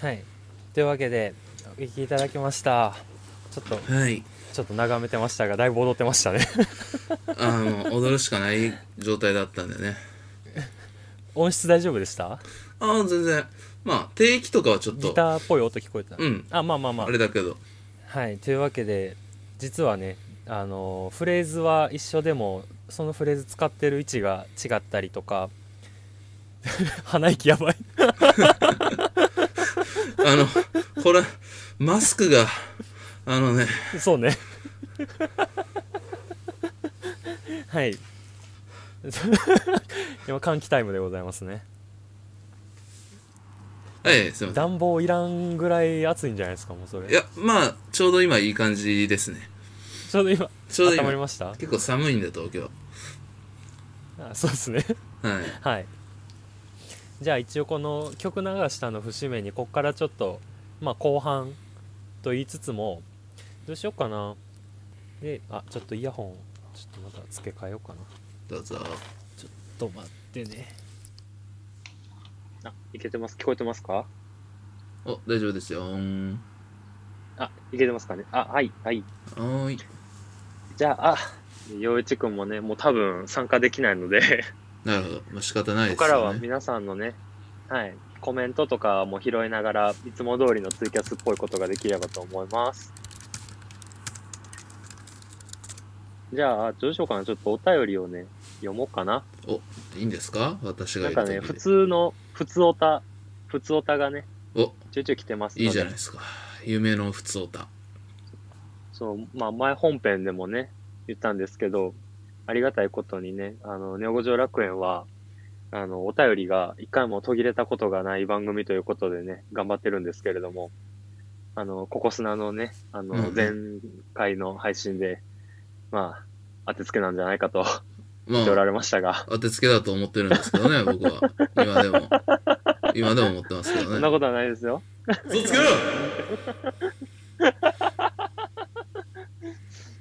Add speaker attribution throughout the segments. Speaker 1: はいというわけでお聞きいただきましたちょっと
Speaker 2: はい
Speaker 1: ちょっと眺めてましたがだいぶ踊ってましたね
Speaker 2: あの踊るしかない状態だったんでね
Speaker 1: 音質大丈夫でした
Speaker 2: ああ全然まあ定期とかはちょっ
Speaker 1: ギ
Speaker 2: と
Speaker 1: ターっぽい音聞こえてた、
Speaker 2: うん
Speaker 1: あまあまあまあ
Speaker 2: あれだけど
Speaker 1: はいというわけで実はねあのフレーズは一緒でもそのフレーズ使ってる位置が違ったりとか 鼻息やばい
Speaker 2: あのこれマスクがあのね
Speaker 1: そうね はい今換気タイムでございますね
Speaker 2: はいすいません
Speaker 1: 暖房いらんぐらい暑いんじゃないですかもうそれ
Speaker 2: いやまあちょうど今いい感じですね
Speaker 1: ちょうど今
Speaker 2: ちょ
Speaker 1: 温
Speaker 2: うど
Speaker 1: まり
Speaker 2: 今
Speaker 1: ました
Speaker 2: 結構寒いんで東京
Speaker 1: あそうですね
Speaker 2: はい
Speaker 1: はいじゃあ一応この曲流したの節目にこっからちょっとまあ後半と言いつつもどうしようかなであちょっとイヤホンちょっとまた付け替えようかな
Speaker 2: どうぞ
Speaker 1: ちょっと待ってねあいけてます聞こえてますか
Speaker 2: お大丈夫ですようん
Speaker 1: あいけてますかねあはいはい
Speaker 2: はーい
Speaker 1: じゃああ陽一くんもねもう多分参加できないので
Speaker 2: なるほど、まあ、仕方な
Speaker 1: こ
Speaker 2: いで
Speaker 1: こ
Speaker 2: す
Speaker 1: からは
Speaker 2: よね
Speaker 1: 皆さんのね、はい、コメントとかも拾いながら、いつも通りのツイキャスっぽいことができればと思います。じゃあ、どうしようかな。ちょっとお便りをね、読もうかな。
Speaker 2: いいんですか私
Speaker 1: な
Speaker 2: が
Speaker 1: いん
Speaker 2: る
Speaker 1: か
Speaker 2: 時
Speaker 1: ね、
Speaker 2: で
Speaker 1: 普通の、普通おた、普通おたがね、
Speaker 2: お
Speaker 1: ちょいちょい来てますので。
Speaker 2: いいじゃないですか夢の普通歌
Speaker 1: そう、まあ前本編でもね、言ったんですけど、ありがたいことにね、あの、ネオ五条楽園は、あの、お便りが一回も途切れたことがない番組ということでね、頑張ってるんですけれども、あの、ココスナのね、あ
Speaker 2: うんう
Speaker 1: の、
Speaker 2: ん
Speaker 1: 前回の配信で、まあ、当てつけなんじゃないかと
Speaker 2: ま
Speaker 1: 言っておら
Speaker 2: あ
Speaker 1: れましたが、
Speaker 2: 当てつけだと思ってるんですけどね僕は今でも今でも思ってますけ
Speaker 1: そ
Speaker 2: ど
Speaker 1: んな
Speaker 2: ね
Speaker 1: ことはないですよ。
Speaker 2: 嘘つけろ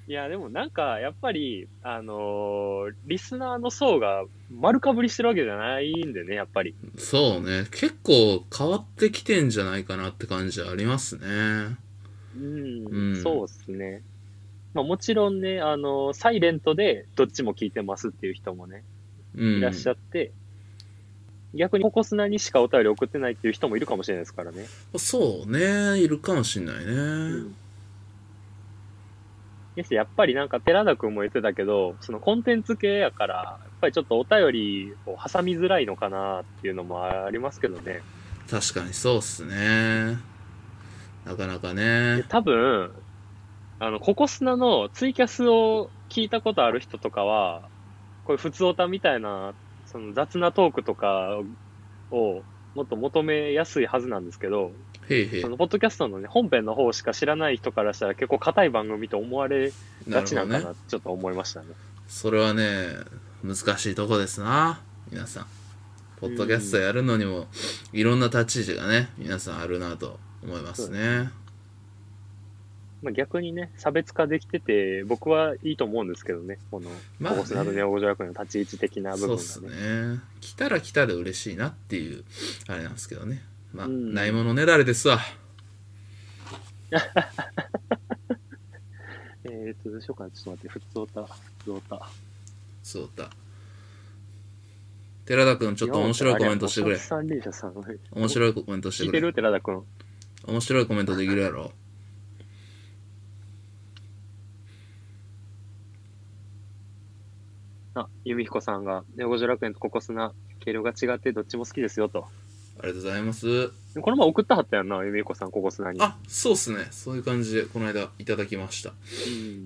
Speaker 1: いや、でもなんか、やっぱり、あのーリスナーの層が丸かぶりしてるわけじゃないんでね、やっぱり。
Speaker 2: そうね結構変わってきてんじゃないかなって感じはありますね
Speaker 1: うん
Speaker 2: うん
Speaker 1: そうですね。まあ、もちろんね、あの、サイレントでどっちも聞いてますっていう人もね、
Speaker 2: うん
Speaker 1: いらっしゃって、逆にココスナにしかお便り送ってないっていう人もいるかもしれないですからね。
Speaker 2: そうねいるかもしんないね、
Speaker 1: ですやっぱりなんか寺田くんも言ってたけど、そのコンテンツ系やから、やっぱりちょっとお便りを挟みづらいのかなっていうのもありますけどね。
Speaker 2: 確かにそうっすねなかなか
Speaker 1: で
Speaker 2: ね
Speaker 1: 多分、あの、ココスナのツイキャスを聞いたことある人とかは、こういう普通オタみたいな、その雑なトークとかをもっと求めやすいはずなんですけど、
Speaker 2: へいへい
Speaker 1: そのポッドキャストのね、本編の方しか知らない人からしたら結構硬い番組と思われ
Speaker 2: な
Speaker 1: が
Speaker 2: る
Speaker 1: ち
Speaker 2: ほ
Speaker 1: な
Speaker 2: ど
Speaker 1: んか
Speaker 2: ね
Speaker 1: な、ちょっと思いましたね。
Speaker 2: それはね難しいとこですな皆さんポッドキャストやるのにもいろんな立ち位置がね皆さんあるなと思いますね
Speaker 1: まあ、逆にね、差別化できてて、僕はいいと思うんですけどね、この、
Speaker 2: まあ
Speaker 1: コ
Speaker 2: ね
Speaker 1: コスナとネオゴジョラクの立ち位置的な部分
Speaker 2: そ
Speaker 1: が
Speaker 2: うっ
Speaker 1: ね。
Speaker 2: すね来たら来たで嬉しいなっていうあれなんですけどねまあ、
Speaker 1: うん
Speaker 2: ないものねだれですわ
Speaker 1: えーと、どうしようかな、ちょっと待って、普通オタ、普通オタ。
Speaker 2: そうだ寺田くんちょっと面白いコメントしてくれ
Speaker 1: 三輪車さん。
Speaker 2: 面
Speaker 1: い。
Speaker 2: 白いコメントして
Speaker 1: 聞い
Speaker 2: く
Speaker 1: て
Speaker 2: れ
Speaker 1: る寺田くん。
Speaker 2: 面白いコメントできるやろ
Speaker 1: あ、由美彦さんが、ネオゴジョ楽園とココスナ、軽量が違ってどっちも好きですよと。
Speaker 2: ありがとうございます
Speaker 1: でこの前送ったはったやんな、由美彦さん、ココスナに。
Speaker 2: あそうっすねそういう感じでこの間いただきました
Speaker 1: うん。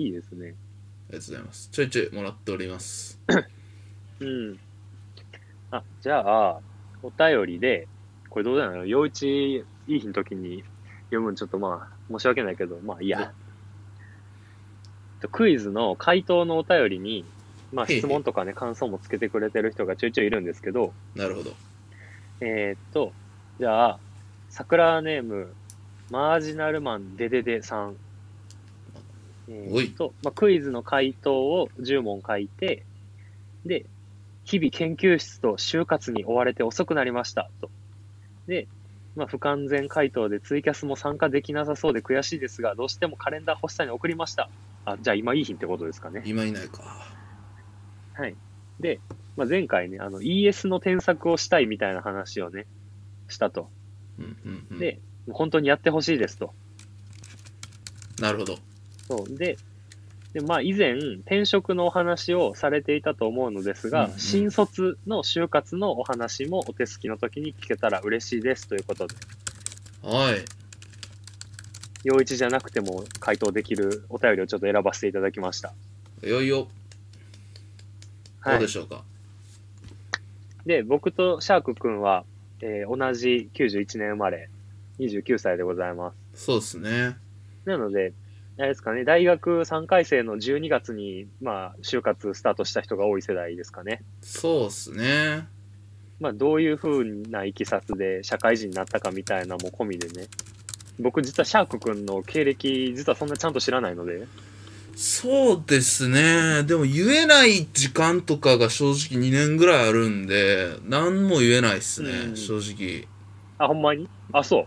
Speaker 1: いいですね。
Speaker 2: ありがとうございます。ちょいちょいもらっております。
Speaker 1: うん。あ、じゃあ、お便りで、これどうだろう陽一、いい日の時に読むんちょっとまあ、申し訳ないけど、まあいいや。クイズの回答のお便りに、まあ質問とかね、感想もつけてくれてる人がちょいちょいいるんですけど、
Speaker 2: なるほど。
Speaker 1: えーっと、じゃあ、桜ネーム、マージナルマンデデデさん。え
Speaker 2: お
Speaker 1: ー
Speaker 2: い
Speaker 1: っと、まあ、クイズの回答を10問書いて、で、日々研究室と就活に追われて遅くなりました。と。で、まあ、不完全回答でツイキャスも参加できなさそうで悔しいですが、どうしてもカレンダー欲しさに送りました。あ、じゃあ今いい日ってことですかね。
Speaker 2: 今いないか。
Speaker 1: はい。で、まあ、前回ね、あの ES の添削をしたいみたいな話をね、したと。
Speaker 2: うんうんうん。
Speaker 1: で、もう本当にやってほしいですと。
Speaker 2: なるほど。
Speaker 1: そう。で、でまあ、以前、転職のお話をされていたと思うのですが、
Speaker 2: うんうん
Speaker 1: 新卒の就活のお話もお手すきの時に聞けたら嬉しいですということで、
Speaker 2: はい。
Speaker 1: 陽一じゃなくても回答できるお便りをちょっと選ばせていただきました。
Speaker 2: いよいよ、ど
Speaker 1: は
Speaker 2: う
Speaker 1: い
Speaker 2: で。しょうか。
Speaker 1: で、僕とシャーク君は、えー同じ91年生まれ、29歳でございます。
Speaker 2: そうですね。
Speaker 1: なので、あれですかね、大学3回生の12月に、まあ、就活スタートした人が多い世代ですかね。
Speaker 2: そうっすね。
Speaker 1: まあ、どういう風な経緯で社会人になったかみたいなのも込みでね。僕実はシャーク君の経歴、実はそんなちゃんと知らないので。
Speaker 2: そうですね。でも言えない時間とかが正直2年ぐらいあるんで、何も言えないっすね、
Speaker 1: うん
Speaker 2: 正直。
Speaker 1: あ、ほんまにあ、そう。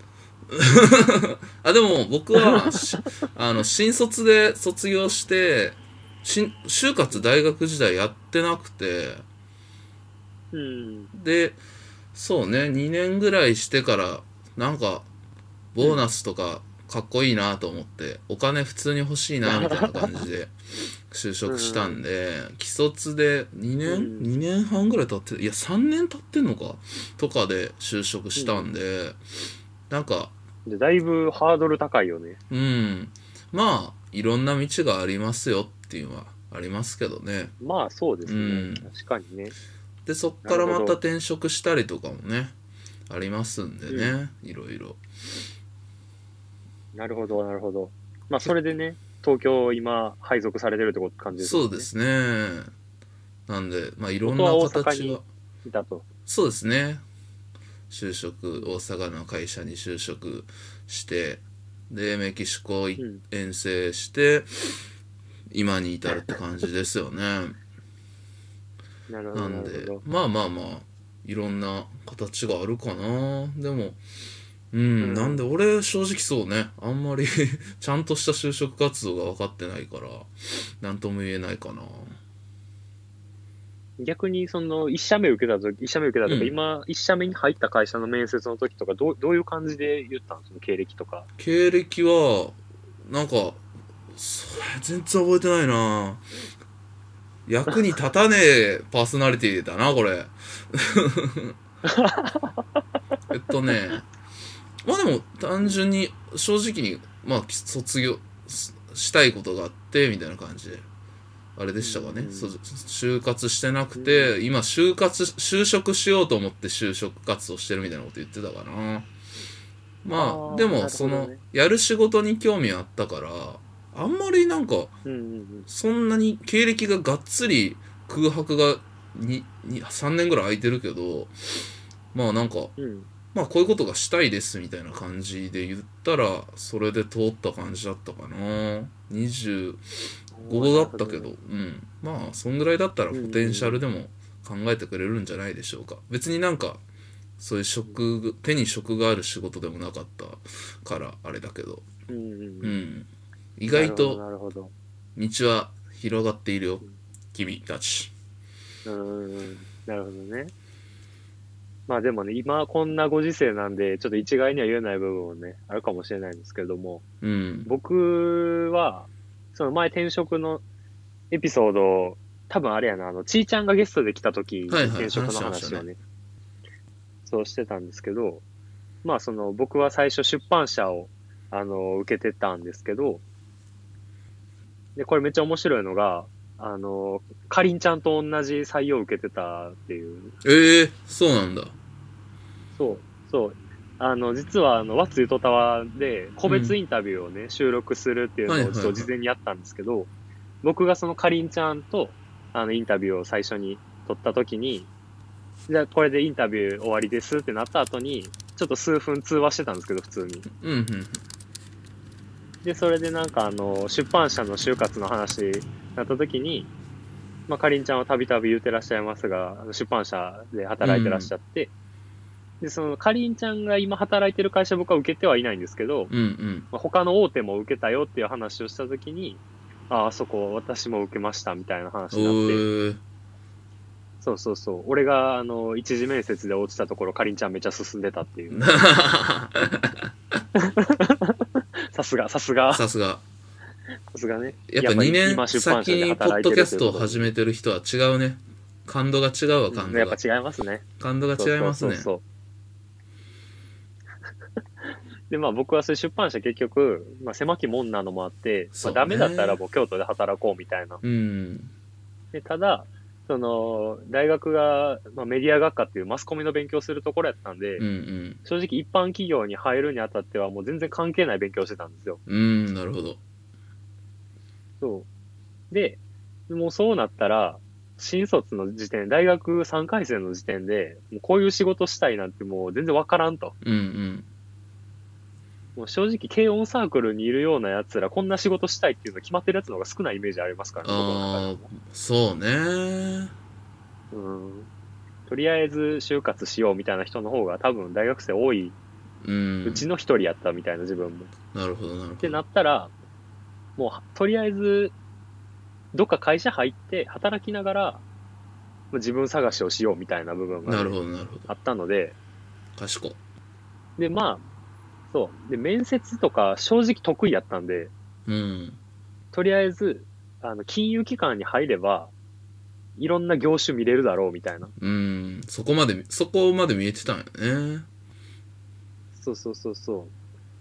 Speaker 2: あ、でも僕は、しあの、新卒で卒業して、新就活大学時代やってなくて、
Speaker 1: うん。
Speaker 2: で、そうね、2年ぐらいしてから、なんか、ボーナスとか、かっこいいなと思って、お金普通に欲しい な、みたいな感じで、就職したんで、既卒で2
Speaker 1: う
Speaker 2: 年、
Speaker 1: ん
Speaker 2: 2年半ぐらい経って、いや、3年経ってんのかとかで就職したんで、なんか、
Speaker 1: でだいぶハードル高いよね。
Speaker 2: うん、まあ、いろんな道がありますよっていうのはありますけどね。
Speaker 1: まあ、そうですね。
Speaker 2: うん
Speaker 1: 確かにね。
Speaker 2: で、そっからま
Speaker 1: なるほ
Speaker 2: た
Speaker 1: ど
Speaker 2: 転職したりとかもね、ありますんでね、いろいろ。
Speaker 1: なるほど、なるほど。まあ、それでね、東京今、配属されてるってこと感じです、ね。
Speaker 2: そうで。すね。なんで、まあ、いろん
Speaker 1: 元は
Speaker 2: な
Speaker 1: 大
Speaker 2: 形
Speaker 1: 阪
Speaker 2: が
Speaker 1: に。いたと。
Speaker 2: そうですね。就職、大阪の会社に就職して、で、メキシコ
Speaker 1: うん
Speaker 2: 遠征して、今に至るって感じですよね。
Speaker 1: なるほ
Speaker 2: な
Speaker 1: ど、
Speaker 2: ん
Speaker 1: なる
Speaker 2: で
Speaker 1: ほど。、
Speaker 2: まあまあまあ、いろんな形があるかな。でも、うん、
Speaker 1: ん
Speaker 2: なんで俺、正直そうね、あんまり ちゃんとした就職活動が分かってないから、なんとも言えないかな。
Speaker 1: 逆に、その、一社目受けた時、一社目受けたと
Speaker 2: う
Speaker 1: か、
Speaker 2: ん
Speaker 1: 今、一社目に入った会社の面接の時とか、どう、どういう感じで言ったんその経歴とか。
Speaker 2: 経歴はなんかそれ全然覚えてないな役に立たねえパーソナリティだなこれ えっとねまあでも単純に正直にまあ卒業ししたいことがあってみたいな感じであれでしたかね、
Speaker 1: うん
Speaker 2: そ就活してなくて、今就活就職しようと思って就職活動してるみたいなこと言ってたかなま
Speaker 1: あ
Speaker 2: あ
Speaker 1: ー
Speaker 2: で
Speaker 1: なるほど
Speaker 2: も
Speaker 1: ね
Speaker 2: そのやる仕事に興味あったからあんまりなんか
Speaker 1: うんうんうん。
Speaker 2: そんなに経歴ががっつり空白がにに3年ぐらい空いてるけどまあなんか
Speaker 1: うん。
Speaker 2: まあこういうことがしたいですみたいな感じで言ったらそれで通った感じだったかな25だったけどうんまあそんぐらいだったらポテンシャルでも考えてくれるんじゃないでしょうか別になんかそういう職手に職がある仕事でもなかったからあれだけど
Speaker 1: うんうん
Speaker 2: う
Speaker 1: うん。
Speaker 2: ん意外と
Speaker 1: なるほど。
Speaker 2: 道は広がっているよ君たち
Speaker 1: なるほどうんうんうん。なるほどね。まあでもね、今こんなご時世なんで、ちょっと一概には言えない部分もね、あるかもしれないんですけども、
Speaker 2: うん
Speaker 1: 僕は、その前転職のエピソードを、多分あれやな、あの、ちーちゃんがゲストで来た時、
Speaker 2: はいはい
Speaker 1: 転職の
Speaker 2: 話
Speaker 1: 話
Speaker 2: してま
Speaker 1: を
Speaker 2: した
Speaker 1: ね、そうしてたんですけど、まあその、僕は最初出版社を、あの、受けてたんですけど、で、これめっちゃ面白いのが、あの、かりんちゃんと同じ採用を受けてたっていう
Speaker 2: ええそうなんだ
Speaker 1: そう、そう。あの、実は、あの、What's You to Tower で、個別インタビューをね、収録するっていう
Speaker 2: はい
Speaker 1: の
Speaker 2: は
Speaker 1: を
Speaker 2: い
Speaker 1: ち
Speaker 2: は
Speaker 1: ょ
Speaker 2: い
Speaker 1: っと事前にやったんですけど、僕がそのかりんちゃんと、あの、インタビューを最初に撮った時に、じゃあこれでインタビュー終わりですってなった後に、ちょっと数分通話してたんですけど、普通に。
Speaker 2: うんうん
Speaker 1: で、それでなんかあの、出版社の就活の話になった時に、まあ、かりんちゃんはたびたび言ってらっしゃいますが、あの出版社で働いてらっしゃって、で、その、かりんちゃんが今働いてる会社僕は受けてはいないんですけど、
Speaker 2: うんうん。
Speaker 1: まあ他の大手も受けたよっていう話をしたときに、ああ、そこ私も受けましたみたいな話
Speaker 2: お
Speaker 1: になって、
Speaker 2: ー
Speaker 1: そうそうそう、俺が、あの、一次面接で落ちたところ、かりんちゃんめっちゃ進んでたっていう。さすが、さすが、さ
Speaker 2: さすが。
Speaker 1: すがね。
Speaker 2: やっぱ
Speaker 1: り
Speaker 2: 2
Speaker 1: 今
Speaker 2: 年
Speaker 1: 出版社
Speaker 2: 先
Speaker 1: で
Speaker 2: にポッ
Speaker 1: 働い
Speaker 2: ド
Speaker 1: て
Speaker 2: キャ
Speaker 1: る
Speaker 2: ス
Speaker 1: という
Speaker 2: トを
Speaker 1: ことで
Speaker 2: 始めてる人は違うね。感度が違うわ、感
Speaker 1: や
Speaker 2: 度
Speaker 1: っ
Speaker 2: が
Speaker 1: ぱ。違いますね。
Speaker 2: 感度が違いますね。
Speaker 1: そうそうそう で、まあ僕はそういう出版社結局、まあ狭き門なのもあって、
Speaker 2: そ
Speaker 1: まあ、
Speaker 2: うね
Speaker 1: ダメだったらもう京都で働こうみたいな。
Speaker 2: うん。
Speaker 1: でただ、その、大学が、まあ、メディア学科っていうマスコミの勉強するところやったんで、
Speaker 2: うんうん。
Speaker 1: 正直一般企業に入るにあたってはもう全然関係ない勉強してたんですよ。
Speaker 2: うん、なるほど。
Speaker 1: そう。で、もうそうなったら、新卒の時点、大学3回生の時点で、もうこういう仕事したいなんてもう全然わからんと。
Speaker 2: うんうん。
Speaker 1: もう正直、軽音サークルにいるような奴ら、こんな仕事したいっていうの決まってる奴の方が少ないイメージありますからね、僕の中で
Speaker 2: ああ、そうね。
Speaker 1: うん。とりあえず就活しようみたいな人の方が多分大学生多い、
Speaker 2: うん。
Speaker 1: うちの一人やったみたいな自分も。
Speaker 2: なるほど、なる
Speaker 1: っ
Speaker 2: ほ
Speaker 1: て
Speaker 2: ど。
Speaker 1: なったら、もうとりあえず、どっか会社入って働きながら、もう自分探しをしようみたいな部分がね、
Speaker 2: なるほど、なるほど。
Speaker 1: あったので、
Speaker 2: 賢い。
Speaker 1: で、まあ、そう。で、面接とか正直得意やったんで、
Speaker 2: うん。
Speaker 1: とりあえず、あの、金融機関に入れば、いろんな業種見れるだろうみたいな。
Speaker 2: うん。そこまで、そこまで見えてたんよね。
Speaker 1: そうそうそうそ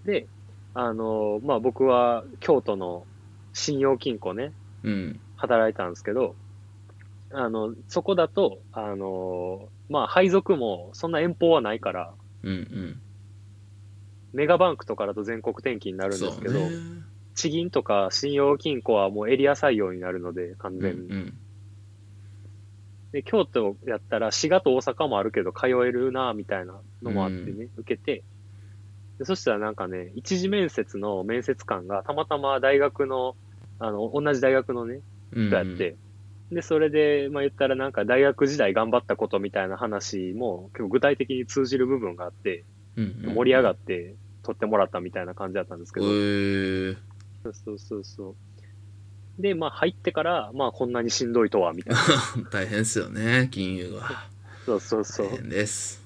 Speaker 1: う。で、あの、まあ僕は京都の信用金庫ね、
Speaker 2: うん。
Speaker 1: 働いたんですけど、あの、そこだと、あの、まあ配属もそんな遠方はないから、
Speaker 2: うん
Speaker 1: メガバンクとかだと全国転勤にな
Speaker 2: うん。
Speaker 1: るんで
Speaker 2: そ
Speaker 1: す
Speaker 2: う
Speaker 1: けど、
Speaker 2: ね。
Speaker 1: 地銀とか信用金庫はもうエリア採用になるので、完
Speaker 2: うんう
Speaker 1: 全に。
Speaker 2: ん。
Speaker 1: で、京都やったら滋賀と大阪もあるけど通えるな、みたいなのもあってね、受けて。でそしたらなんかね、一次面接の面接官がたまたま大学の、あの、同じ大学のね、
Speaker 2: うん。
Speaker 1: 人やって。で、それで、まあ言ったらなんか大学時代頑張ったことみたいな話も結構具体的に通じる部分があって、
Speaker 2: うんうん、
Speaker 1: 盛り上が
Speaker 2: っ
Speaker 1: って撮ってもらったみたいな感じだったんですけど。
Speaker 2: え
Speaker 1: そうそうそうそう。で、まあ入ってから、まあこんなにしんどいとは、みた いな。
Speaker 2: ー、大変ですよね、金融は。
Speaker 1: そうそうそう
Speaker 2: 大。変です。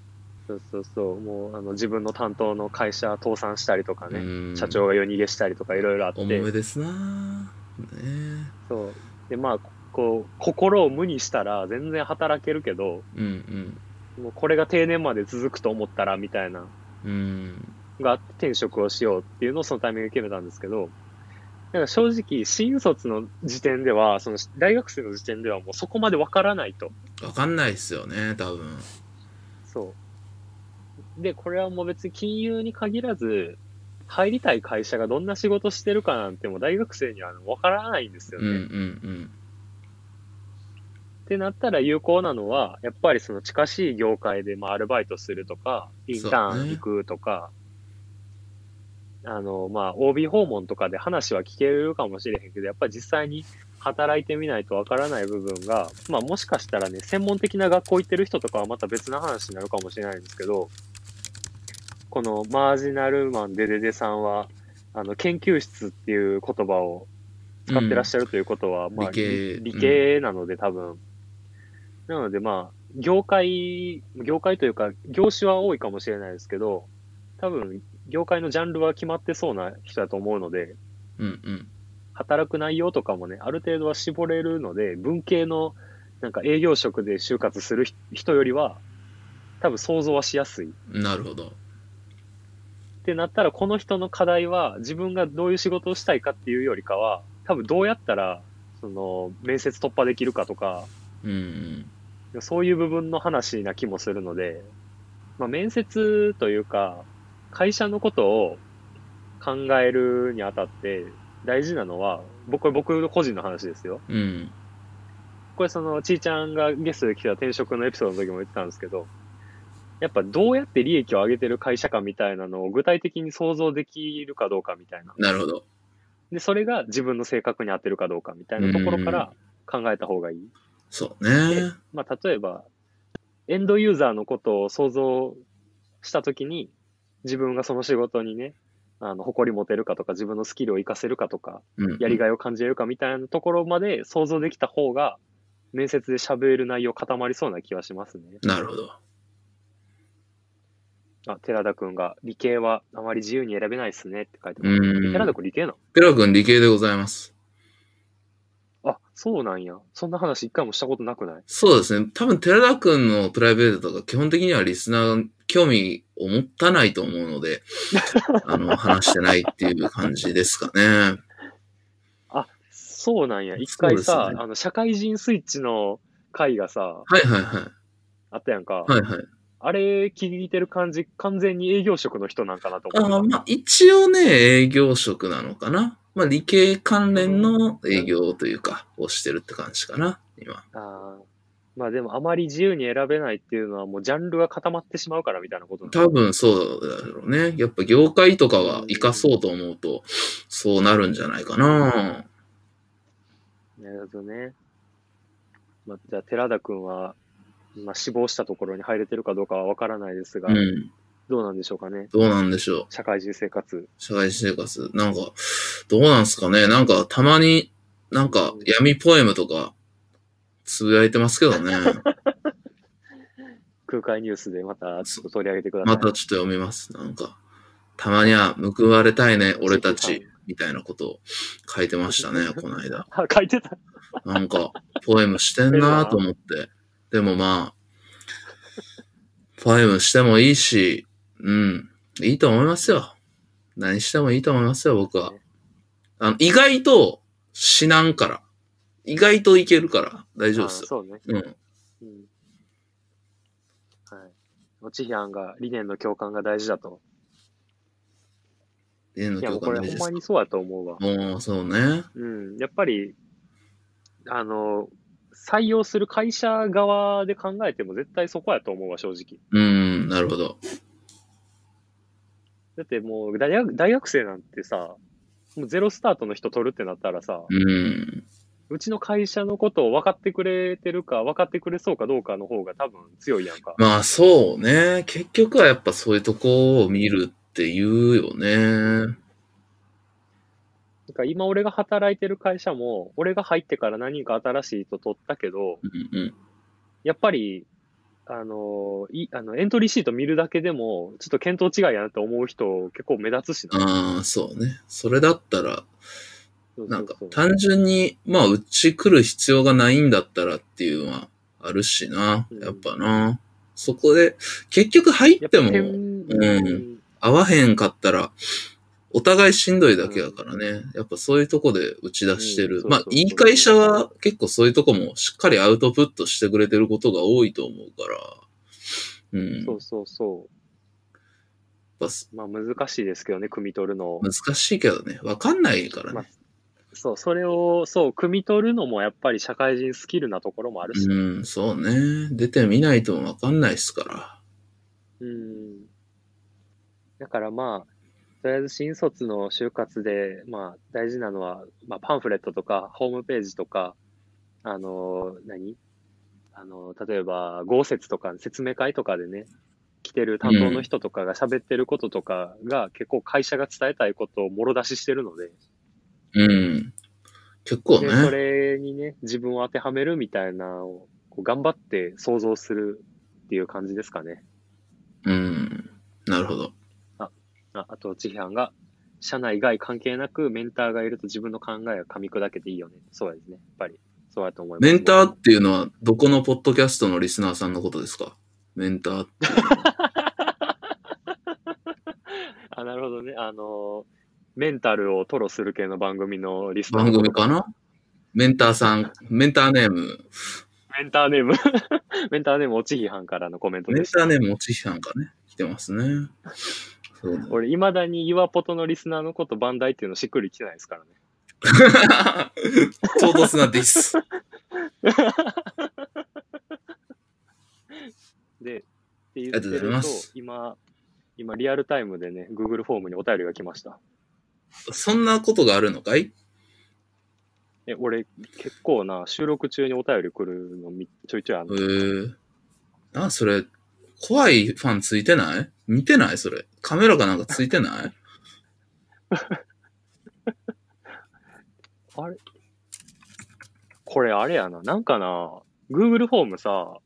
Speaker 1: そうそうそう、もうあの自分の担当の会社倒産したりとかね、
Speaker 2: うん
Speaker 1: 社長が夜逃げしたりとかいろいろあって、
Speaker 2: 重めですなね
Speaker 1: そう。で、まあ、こう、心を無にしたら全然働けるけど、
Speaker 2: うん
Speaker 1: もうこれが定年まで続くと思ったらみたいな、
Speaker 2: うん。うん。
Speaker 1: があって転職をしようっていうのをそのタイミングで決めたんですけど、なんか正直、新卒の時点では、その大学生の時点ではもうそこまでわからないと。
Speaker 2: わかんないっすよね、多分。
Speaker 1: そう。で、これはもう別に金融に限らず、入りたい会社がどんな仕事してるかなんてもう大学生には分からないんですよ
Speaker 2: うん
Speaker 1: ね。
Speaker 2: う
Speaker 1: っ
Speaker 2: ん
Speaker 1: てなったら有効なのは、やっぱりその近しい業界でまあアルバイトするとか、インターン行くとか、あの、まあ、OB 訪問とかで話は聞けるかもしれへんけど、やっぱり実際に働いてみないとわからない部分が、まあもしかしたらね、専門的な学校行ってる人とかはまた別の話になるかもしれないんですけど、このマージナルマンデデデさんは、あの、研究室っていう言葉を使ってらっしゃるということは、まあ、
Speaker 2: 理系
Speaker 1: 理理系なので多分。なのでまあ、業界、業界というか、業種は多いかもしれないですけど、多分、業界のジャンルは決まってそうな人だと思うので、
Speaker 2: うん。うんうん。
Speaker 1: 働く内容とかもね、ある程度は絞れるので、文系のなんか営業職で就活する人人よりは、多分想像はしやすい。っ
Speaker 2: なるほど。
Speaker 1: てなったら、この人の課題は、自分がどういう仕事をしたいかっていうよりかは、多分どうやったら、その、面接突破できるかとか、
Speaker 2: うんうん。
Speaker 1: そういう部分の話な気もするので、まあ、面接というか、会社のことを考えるにあたって大事なのは、僕、これ僕個人の話ですよ。
Speaker 2: うん。
Speaker 1: これその、ちーちゃんがゲストで来た転職のエピソードの時も言ってたんですけど、やっぱどうやって利益を上げてる会社かみたいなのを具体的に想像できるかどうかみたいな。
Speaker 2: なるほど。
Speaker 1: で、それが自分の性格に合ってるかどうかみたいなところから考えた方がいい。
Speaker 2: そうね。
Speaker 1: まあ、例えば、エンドユーザーのことを想像したときに、自分がその仕事にね、あの、誇り持てるかとか、自分のスキルを活かせるかとか、
Speaker 2: うん
Speaker 1: やりがいを感じれるかみたいなところまで想像できた方が、面接で喋れる内容固まりそうな気はしますね。
Speaker 2: なるほど。
Speaker 1: あ、寺田くんが、理系はあまり自由に選べないですねって書いてます。
Speaker 2: うん。
Speaker 1: 寺田くん理系なの
Speaker 2: ペラ君理系でございます。
Speaker 1: あ、そうなんや。そんな話一回もしたことなくない
Speaker 2: そうですね。多分、寺田くんのプライベートとか、基本的にはリスナー、興味を持たないと思うの で、あの、話してないっていう感じですかね。
Speaker 1: そうなんや。
Speaker 2: そう
Speaker 1: 一回
Speaker 2: で
Speaker 1: さ、
Speaker 2: すね
Speaker 1: あの、社会人スイッチの回がさ、
Speaker 2: はいはいは
Speaker 1: あったやんか。
Speaker 2: い。はいはい。
Speaker 1: あれ聞いてる感じ、完全に営業職の人なんかなと思
Speaker 2: あ
Speaker 1: っ
Speaker 2: ー
Speaker 1: て
Speaker 2: まあ、一応ね、営業職なのかな。まあ、理系関連の営業というか、をしてるって感じかな、今。
Speaker 1: た。あーまあでも、あまり自由に選べないっていうのは、もうジャンルが固まってしまうからみたいなことなの
Speaker 2: 多分そうだろうね。やっぱ業界とかは活かそうと思うと、そうなるんじゃないかな。
Speaker 1: なるほどね。まあ、じゃあ、寺田くんは、まあ、死亡したところに入れてるかどうかはわからないですが、
Speaker 2: うん。
Speaker 1: どうなんでしょうかね。
Speaker 2: どうなんでしょう。
Speaker 1: 社会人生活。
Speaker 2: 社会人生活。なんか、どうなんすかね。なんか、たまに、なんか、闇ポエムとか、つぶやいてますけどね。
Speaker 1: 空海ニュースでまたちょっと取り上げてください。
Speaker 2: またちょっと読みます。なんか、たまには報われたいね、俺たち、みたいなことを書いてました ね、この間。
Speaker 1: あ、書いてた。
Speaker 2: なんか、ポエムしてんなと思って。でもまあ、ポエムしてもいいし、うん、いいと思いますよ。何してもいいと思いますよ、僕は。あの、意外と死なんから。意外といけるから大丈夫です
Speaker 1: あ
Speaker 2: よ。
Speaker 1: そうね。
Speaker 2: うん。
Speaker 1: うん。はい。おちひゃんが理念の共感が大事だと。
Speaker 2: 家の
Speaker 1: いや、も
Speaker 2: 共
Speaker 1: うこれ
Speaker 2: 感大
Speaker 1: ほ
Speaker 2: 事
Speaker 1: ん
Speaker 2: で。
Speaker 1: ますにそうやと思うわ。
Speaker 2: もう、そうね。
Speaker 1: うん。やっぱり、あの、採用する会社側で考えても絶対そこやと思うわ、正直。
Speaker 2: うん、なるほど。
Speaker 1: だってもう大学、大学生なんてさ、もうゼロスタートの人取るってなったらさ、
Speaker 2: うん。
Speaker 1: うちの会社のことを分かってくれてるか、分かってくれそうかどうかの方が多分強いやんか。
Speaker 2: まあ、そうね。結局はやっぱそういうとこを見るっていうよね。
Speaker 1: なんか今俺が働いてる会社も、俺が入ってから何人か新しい人取ったけど、
Speaker 2: うんうん。
Speaker 1: やっぱり、あの、いあのエントリーシート見るだけでも、ちょっと見当違いやなって思う人結構目立つしな。
Speaker 2: ああ、そうね。それだったら、
Speaker 1: そうそ
Speaker 2: なん
Speaker 1: う
Speaker 2: か
Speaker 1: そう
Speaker 2: 単純に、まあ、うち来る必要がないんだったらっていうのはあるしな。やっぱな。そこで、結局入
Speaker 1: や
Speaker 2: っ
Speaker 1: っぱ
Speaker 2: ても、
Speaker 1: 点、
Speaker 2: 合わへんかったら、お互いしんどいだけだからね。やっぱそういうとこで打ち出して
Speaker 1: うん
Speaker 2: る。
Speaker 1: そう
Speaker 2: まあ
Speaker 1: そう、そう
Speaker 2: いい会社は結構そういうとこもしっかりアウトプットしてくれてることが多いと思うから。うん。
Speaker 1: そうそうそ
Speaker 2: やっぱ
Speaker 1: う。まあ難しいですけどね、汲み取るの。
Speaker 2: 難しいけどね。わかんないから
Speaker 1: まあ
Speaker 2: ね。
Speaker 1: そう、それを、そう、汲み取るのもやっぱり社会人スキルなところもあるし。
Speaker 2: うん、そうね。出てみないとわかんないっすから。
Speaker 1: うん。だからまあ、とりあえず新卒の就活で、まあ大事なのは、まあパンフレットとか、ホームページとか、あの、何あの、例えば、豪雪とか説明会とかでね、来てる担当の人とかが喋ってることとかが、結構会社が伝えたいことをもろ出ししてるので、
Speaker 2: うん。結構
Speaker 1: で、そ
Speaker 2: ね。
Speaker 1: れにね、自分を当てはめるみたいなのを、こう頑張って想像するっていう感じですかね。
Speaker 2: うん。なるほど。
Speaker 1: ああと、ちひはんが、社内外関係なくメンターがいると自分の考えが噛み砕けていいよね。そうですね。やっぱり。そうだと思います。
Speaker 2: メンターっていうのは、どこのポッドキャストのリスナーさんのことですかメンターって。
Speaker 1: あ、なるほどね。あのー、メンタルを吐露する系の番組のリスナー
Speaker 2: 番組かなメンターさん、メンターネーム、
Speaker 1: メンターネーム。 メンターネーム、おちひはんからのコメント
Speaker 2: メ
Speaker 1: で
Speaker 2: ン
Speaker 1: し
Speaker 2: ター
Speaker 1: た。
Speaker 2: ネーム、おちひさんがね、来てますね。そうだ
Speaker 1: 俺、未だに岩ポトのリスナーのことバンダイっていうのしっくりきてないですからね。
Speaker 2: 唐突なディス。
Speaker 1: で、って言っ
Speaker 2: ありが
Speaker 1: て
Speaker 2: とうござい
Speaker 1: る
Speaker 2: ま
Speaker 1: と
Speaker 2: す、
Speaker 1: 今、今リアルタイムでね、Google フォームにお便りが来ました。
Speaker 2: そんなことがあるのかい
Speaker 1: え、俺、結構な、収録中にお便り来るのみちょいちょいあ
Speaker 2: え
Speaker 1: の、
Speaker 2: ー、あ、それ、怖いファンついてない見てないそれ。カメラかなんかついてない
Speaker 1: あれこれあれやな。なんかな、Google フォームさ、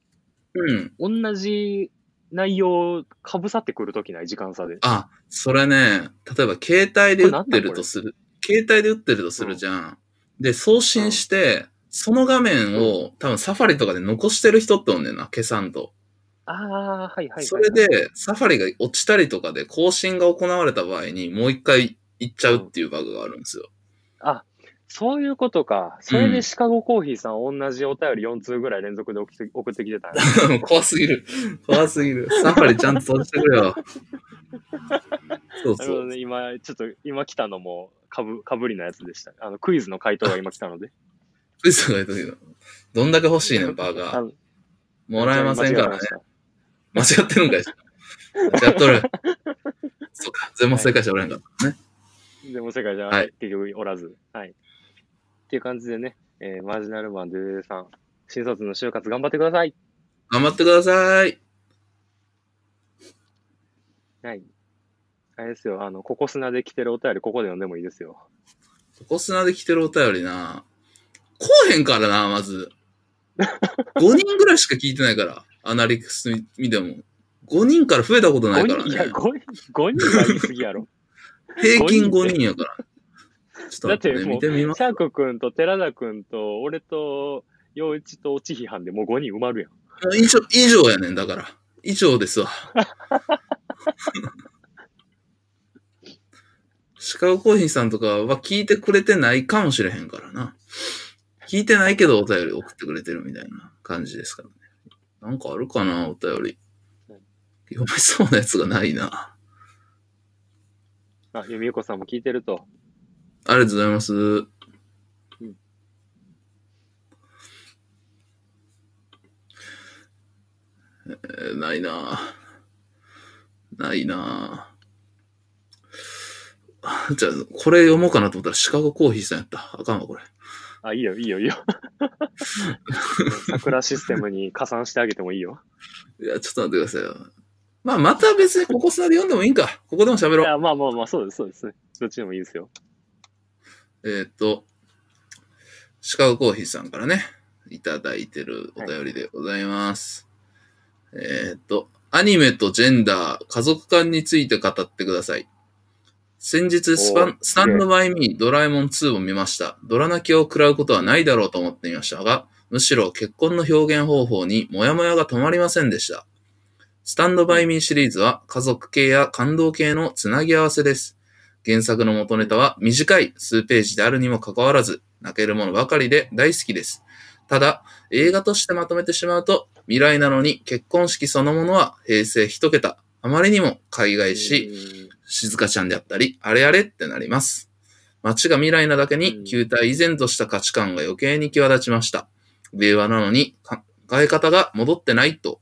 Speaker 2: うん。
Speaker 1: 同じ内容被さってくるときない時間差で。
Speaker 2: あ、それね、例えば携帯で
Speaker 1: こ
Speaker 2: 打ってる
Speaker 1: れなんだこれ
Speaker 2: とする。携帯で打ってるとするじゃん。で、送信して、その画面を多分サファリとかで残してる人っておんねんな、消さんと。
Speaker 1: ああ、はいはいはいはい。
Speaker 2: それで、サファリが落ちたりとかで更新が行われた場合に、もう一回行っちゃうっていうバグがあるんですよ。
Speaker 1: そういうことか。それでシカゴコーヒーさん、同じお便り4通ぐらい連続で送 って送ってきてたんや
Speaker 2: 怖すぎる。怖すぎる。サファリちゃんと閉じてく れよ。そう
Speaker 1: な
Speaker 2: そ
Speaker 1: るほど
Speaker 2: う。
Speaker 1: ね。今、ちょっと、今来たのも、かぶ、かぶりなやつでした。あの、クイズの回答が今来たので。
Speaker 2: 嘘が言うときだどんだけ欲しいねん、バー
Speaker 1: あ
Speaker 2: ガー。
Speaker 1: の
Speaker 2: もらえませんから
Speaker 1: 間違
Speaker 2: ね
Speaker 1: えま。した
Speaker 2: 間違ってるんかい。間違っと る。そうか、全問正解しておらへんからね。
Speaker 1: でも世界じゃ、
Speaker 2: はい
Speaker 1: 結局おらず。はい。っていう感じでね、えーマージナルマンデデデさん、新卒の就活頑張ってください。
Speaker 2: 頑張ってください。
Speaker 1: はい。あれですよ、あの、ここ砂で来てるお便り、ここで読んでもいいですよ。
Speaker 2: ここ砂で来てるお便りな。来おへんからな、まず。5人ぐらいしか聞いてないから。アナリクス見ても。5人から増えたことないか
Speaker 1: 5
Speaker 2: ら
Speaker 1: 人、いや、
Speaker 2: ね。
Speaker 1: 5人、5人は言い過ぎや ろ。
Speaker 2: 平均5人やから。ちょっと
Speaker 1: だっ
Speaker 2: 待
Speaker 1: て
Speaker 2: って、ね、
Speaker 1: もう、
Speaker 2: 見
Speaker 1: シ
Speaker 2: てみます。
Speaker 1: ャーク君と寺田君と、俺と、陽一と落ち批判でもう5人埋まるやん。
Speaker 2: もう以上、以上やねん、だから。以上ですわ。シカゴコーヒーさんとかは聞いてくれてないかもしれへんからな。聞いてないけどお便り送ってくれてるみたいな感じですからね。なんかあるかな、お便り。読めそうなやつがないな。
Speaker 1: あ、由美子さんも聞いてると。
Speaker 2: ありがとうございます。えーないなぁないなぁじゃあ、これ読もうかなと思ったらシカゴコーヒーさんやった。あかんわ、これ。
Speaker 1: あ、いいよ、いいよ、いいよ。桜システムに加算してあげてもいいよ。
Speaker 2: いや、ちょっと待ってくださいよ。まあ、また別にここ砂で読んでもいいんか。ここでも喋
Speaker 1: い
Speaker 2: ろう。
Speaker 1: や、まあまあまあ、そうです、そうですね。どっちでもいいですよ。
Speaker 2: えーっと、シカゴコーヒーさんからね、いただいてるお便りでございます。えーっと、アニメとジェンダー、家族間について語ってください。先日スパ
Speaker 1: おー
Speaker 2: ン、スタンドバイミー、ドラえもん2を見ました。ドラ泣きを食らうことはないだろうと思っていましたが、むしろ結婚の表現方法にモヤモヤが止まりませんでした。スタンドバイミーシリーズは家族系や感動系のつなぎ合わせです。原作の元ネタは短い数ページであるにもかかわらず、泣けるものばかりで大好きです。ただ、映画としてまとめてしまうと、未来なのに結婚式そのものは平成一桁。あまりにも海外し、静香ちゃんであったり、あれあれってなります。街が未来なだけ
Speaker 1: うん
Speaker 2: に、球体以前とした価値観が余計に際立ちました。令和なのに考え方が戻ってないと。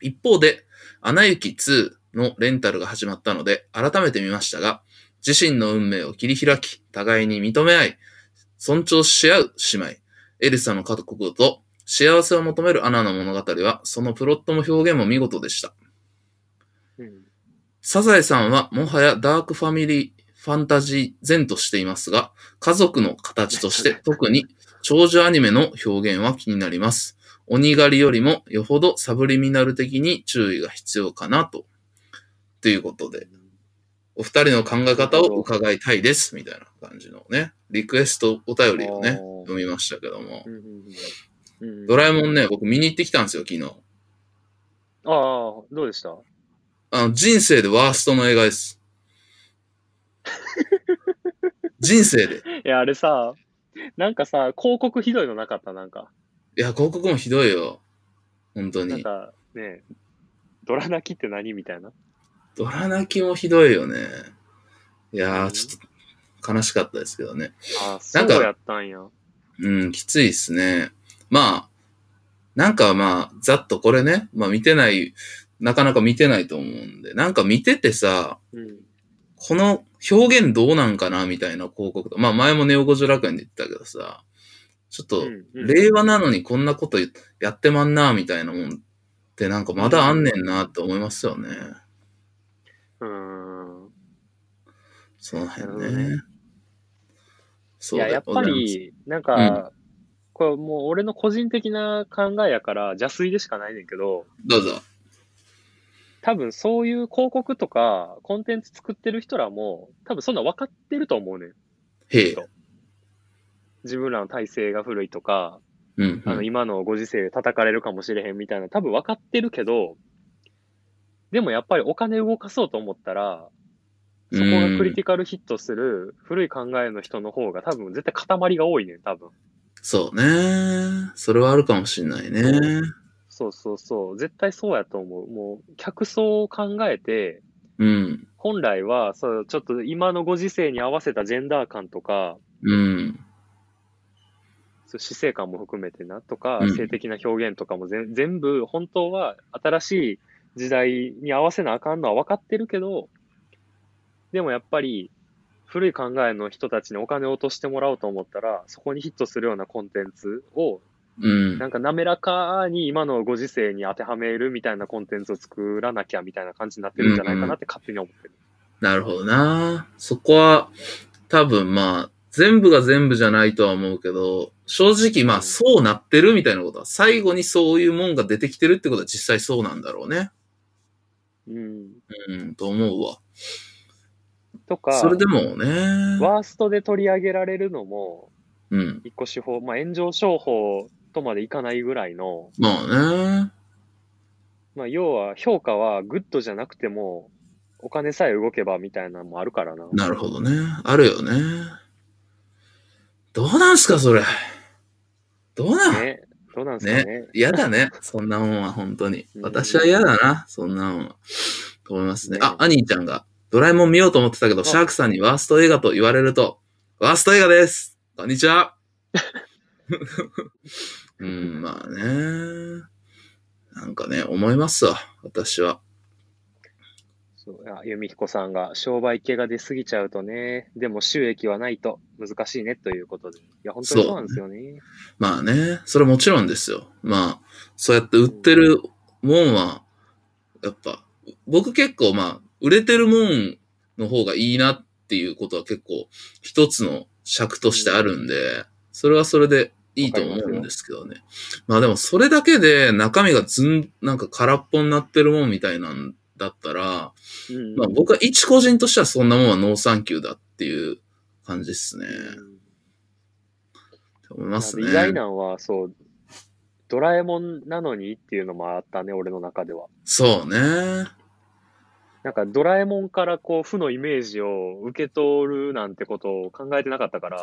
Speaker 2: 一方で、アナ雪2のレンタルが始まったので、改めて見ましたが、自身の運命を切り開き、互いに認め合い、尊重し合う姉妹、エルサの家族と、幸せを求めるアナの物語は、そのプロットも表現も見事でした。
Speaker 1: うん
Speaker 2: サザエさんはもはやダークファミリー、ファンタジー前としていますが、家族の形として特に長寿アニメの表現は気になります。鬼狩りよりもよほどサブリミナル的に注意が必要かなと。ということで、お二人の考え方を伺いたいです。みたいな感じのね、リクエストお便りをね、
Speaker 1: おー
Speaker 2: 読みましたけども
Speaker 1: う。んうんうんうん
Speaker 2: ドラえもんね、僕見に行ってきたんですよ、昨日。
Speaker 1: ああ、どうでした
Speaker 2: あの、人生でワーストの映 画です。人生で。
Speaker 1: いや、あれさ、なんかさ、広告ひどいのなかったなんか。
Speaker 2: いや、広告もひどいよ。本当
Speaker 1: なん
Speaker 2: に。
Speaker 1: か、ねドラ泣きって何みたいな。
Speaker 2: ドラ泣きもひどいよね。いや
Speaker 1: う
Speaker 2: ー、
Speaker 1: ん
Speaker 2: ちょっと悲しかったですけどね。
Speaker 1: ああ、
Speaker 2: な
Speaker 1: そ
Speaker 2: ん
Speaker 1: う
Speaker 2: か
Speaker 1: やったんや。
Speaker 2: うん、きついっすね。まあ、なんかまあ、ざっとこれね、まあ見てない、なかなか見てないと思うんで、なんか見ててさ、
Speaker 1: うん。
Speaker 2: この表現どうなんかなみたいな広告と、まあ前もネオ五条楽園で言ったけどさ、ちょっと、
Speaker 1: うんうん
Speaker 2: 令和なのにこんなことやってまんなみたいなもんで、なんかまだあんねんなって思いますよね。
Speaker 1: うーん。
Speaker 2: その辺
Speaker 1: なるほど
Speaker 2: ね。そ
Speaker 1: いや、
Speaker 2: で
Speaker 1: やっぱり、なんか、これもう俺の個人的な考えやから邪推でしかないねんけど、
Speaker 2: ございますどうぞ。
Speaker 1: 多分そういう広告とかコンテンツ作ってる人らも、多分そんな分かってると思うねん。
Speaker 2: へえ。
Speaker 1: 自分らの体制が古いとか、
Speaker 2: うん、う
Speaker 1: あの
Speaker 2: ん。
Speaker 1: 今のご時世で叩かれるかもしれへんみたいな、多分分かってるけど、でもやっぱりお金動かそうと思ったら、そこがクリティカルヒットする古い考えの人の方が多分絶対塊が多いねん、多分。
Speaker 2: そうね。それはあるかもしんないね。
Speaker 1: そうそうそう。絶対そうやと思う。もう、客層を考えて、
Speaker 2: うん。
Speaker 1: 本来は、そう、ちょっと今のご時世に合わせたジェンダー感とか、
Speaker 2: うん。
Speaker 1: そう死生観も含めてなとか、
Speaker 2: うん
Speaker 1: 性的な表現とかも全全部、本当は新しい時代に合わせなあかんのは分かってるけど、でもやっぱり、古い考えの人たちにお金を落としてもらおうと思ったら、そこにヒットするようなコンテンツを、
Speaker 2: うん。
Speaker 1: なんか滑らかに今のご時世に当てはめるみたいなコンテンツを作らなきゃみたいな感じになってるんじゃないかなって勝手に思ってる。
Speaker 2: なるほどな。そこは、多分まあ、全部が全部じゃないとは思うけど、正直ま
Speaker 1: う
Speaker 2: あ、
Speaker 1: ん
Speaker 2: そうなってるみたいなことは、最後にそういうもんが出てきてるってことは実際そうなんだろうね。
Speaker 1: うん。
Speaker 2: うん、と思うわ。
Speaker 1: とか、
Speaker 2: それでもね、
Speaker 1: ワーストで取り上げられるのも、
Speaker 2: うん。
Speaker 1: 一個手法、まあ、炎上商法とまでいかないぐらいの、
Speaker 2: まあね、
Speaker 1: まあ、要は評価はグッドじゃなくても、お金さえ動けばみたいなのもあるからな。
Speaker 2: なるほどね。あるよね。どうなんすか、それ。どうなん、
Speaker 1: ね。どうなんですかね。
Speaker 2: 嫌だね。そんなもんは本当に
Speaker 1: う。ん
Speaker 2: 私は嫌だな。そんなもんは。と思いますね。
Speaker 1: ね
Speaker 2: あ、アニーちゃんが、ドラえもん見ようと思ってたけど、
Speaker 1: あ
Speaker 2: シャークさんにワースト映画と言われると、ワースト映画ですこんにち はうん、まあね。なんかね、思いますわ。私は。
Speaker 1: そうあ、由美彦さんが、商売系が出過ぎちゃうとね、でも収益はないと難しいねということで。いや、本当にそうなんですよね。
Speaker 2: まあね、それもちろんですよ。まあ、そうやって売ってるもんは、やっぱ、僕結構まあ、売れてるもんの方がいいなっていうことは結構、一つの尺としてあるんで、それはそれでいいと思うんですけどね。まあでもそれだけで中身がずん、なんか空っぽになってるもんみたいなんだったら、
Speaker 1: うん。
Speaker 2: まあ僕は一個人としてはそんなもんはノーサンキューだっていう感じですね。
Speaker 1: うん
Speaker 2: 思います
Speaker 1: あ
Speaker 2: ね。
Speaker 1: の意外なんは、そう、ドラえもんなのにっていうのもあったね、俺の中では。
Speaker 2: そうね。
Speaker 1: なんかドラえもんからこう、負のイメージを受け取るなんてことを考えてなかったから、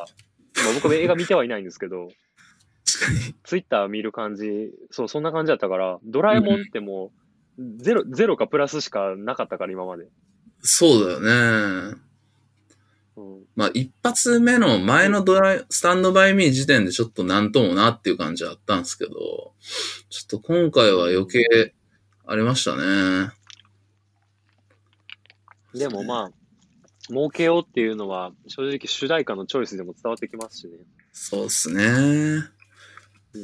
Speaker 1: まあ、僕も映画見てはいないんですけど、
Speaker 2: 確かに。
Speaker 1: ツイッター見る感じ、そう、そんな感じだったから、ドラえもんってもう、ゼロ、ゼロかプラスしかなかったから、今まで。
Speaker 2: そうだよね。
Speaker 1: うん。
Speaker 2: まあ、一発目の前のドライ、スタンドバイミー時点でちょっとなんともなっていう感じはあったんですけど、ちょっと今回は余計ありましたね。
Speaker 1: でもまあ、儲けようっていうのは、正直主題歌のチョイスでも伝わってきますしね。
Speaker 2: そうっすね。
Speaker 1: うん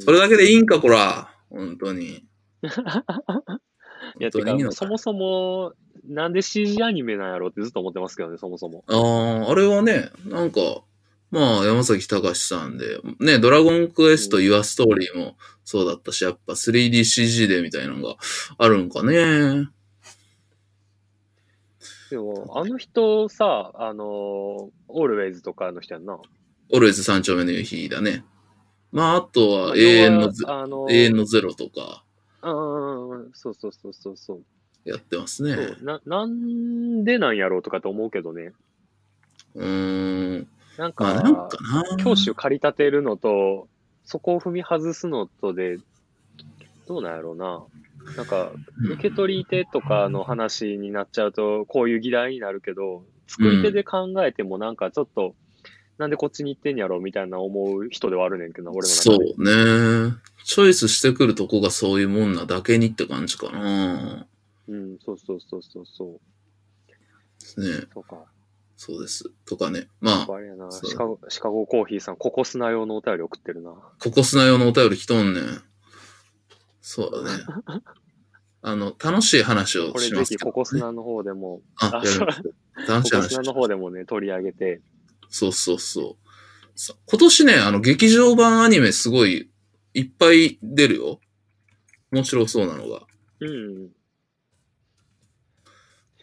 Speaker 2: それだけでいいんか、こら。本当に。
Speaker 1: いや、
Speaker 2: 本
Speaker 1: て
Speaker 2: 当にいい
Speaker 1: か、
Speaker 2: の
Speaker 1: そ
Speaker 2: か
Speaker 1: もそも、なんで CG アニメなんやろってずっと思ってますけどね、そもそも。
Speaker 2: ああ、あれはね、なんか、まあ、山崎隆さんで、ね、ドラゴンクエスト、
Speaker 1: うん
Speaker 2: ユアストーリーもそうだったし、やっぱ 3DCG でみたいなのがあるんかね。
Speaker 1: でも、あの人さ、あのー、オールウェイズとかの人やんな。
Speaker 2: オルエズ三丁目の夕日だね。まあ、あと
Speaker 1: ま
Speaker 2: は
Speaker 1: あ
Speaker 2: 永遠のゼ、
Speaker 1: 要はあのー
Speaker 2: 永遠のゼロとか
Speaker 1: うんうんうんうん、そうそうそうそうそう。
Speaker 2: やってますね。
Speaker 1: そう
Speaker 2: う
Speaker 1: ななんでなんやろうとかと思うけどね。
Speaker 2: ーん。
Speaker 1: なんか、
Speaker 2: まあ、なんかな。
Speaker 1: 教師を駆り立てるのと、そこを踏み外すのとで、どうなんやろうな。なんか、
Speaker 2: うん
Speaker 1: 受け取り手とかの話になっちゃうと、こういう議題になるけど、作り手で考えてもなんかちょっと、なんでこっちに行ってんやろうみたいな思う人ではあるねんけどな、俺の中
Speaker 2: そ
Speaker 1: で。
Speaker 2: うね。チョイスしてくるとこがそういうもんなだけにって感じかな。
Speaker 1: うん、そうそうそうそうそう。
Speaker 2: ね。
Speaker 1: そうか。
Speaker 2: そうです。とかね。まあ、
Speaker 1: あれやな、
Speaker 2: そう
Speaker 1: シカゴ、シカゴコーヒーさん、ココスナ用のお便り送ってるな。
Speaker 2: ここ砂用のお便り来とんねん。そうだね。あの、楽しい話を
Speaker 1: これ
Speaker 2: し
Speaker 1: ぜ
Speaker 2: ます
Speaker 1: ひ、
Speaker 2: け
Speaker 1: コ
Speaker 2: ど、
Speaker 1: コスナの方でも、
Speaker 2: あ、やるんですよ
Speaker 1: コ
Speaker 2: 楽しい
Speaker 1: コ
Speaker 2: 話
Speaker 1: スナ。の方でもね、取り上げて、
Speaker 2: そうそうそうさ。今年ね、あの、劇場版アニメすごいいっぱい出るよ。面白そうなのが。
Speaker 1: うん。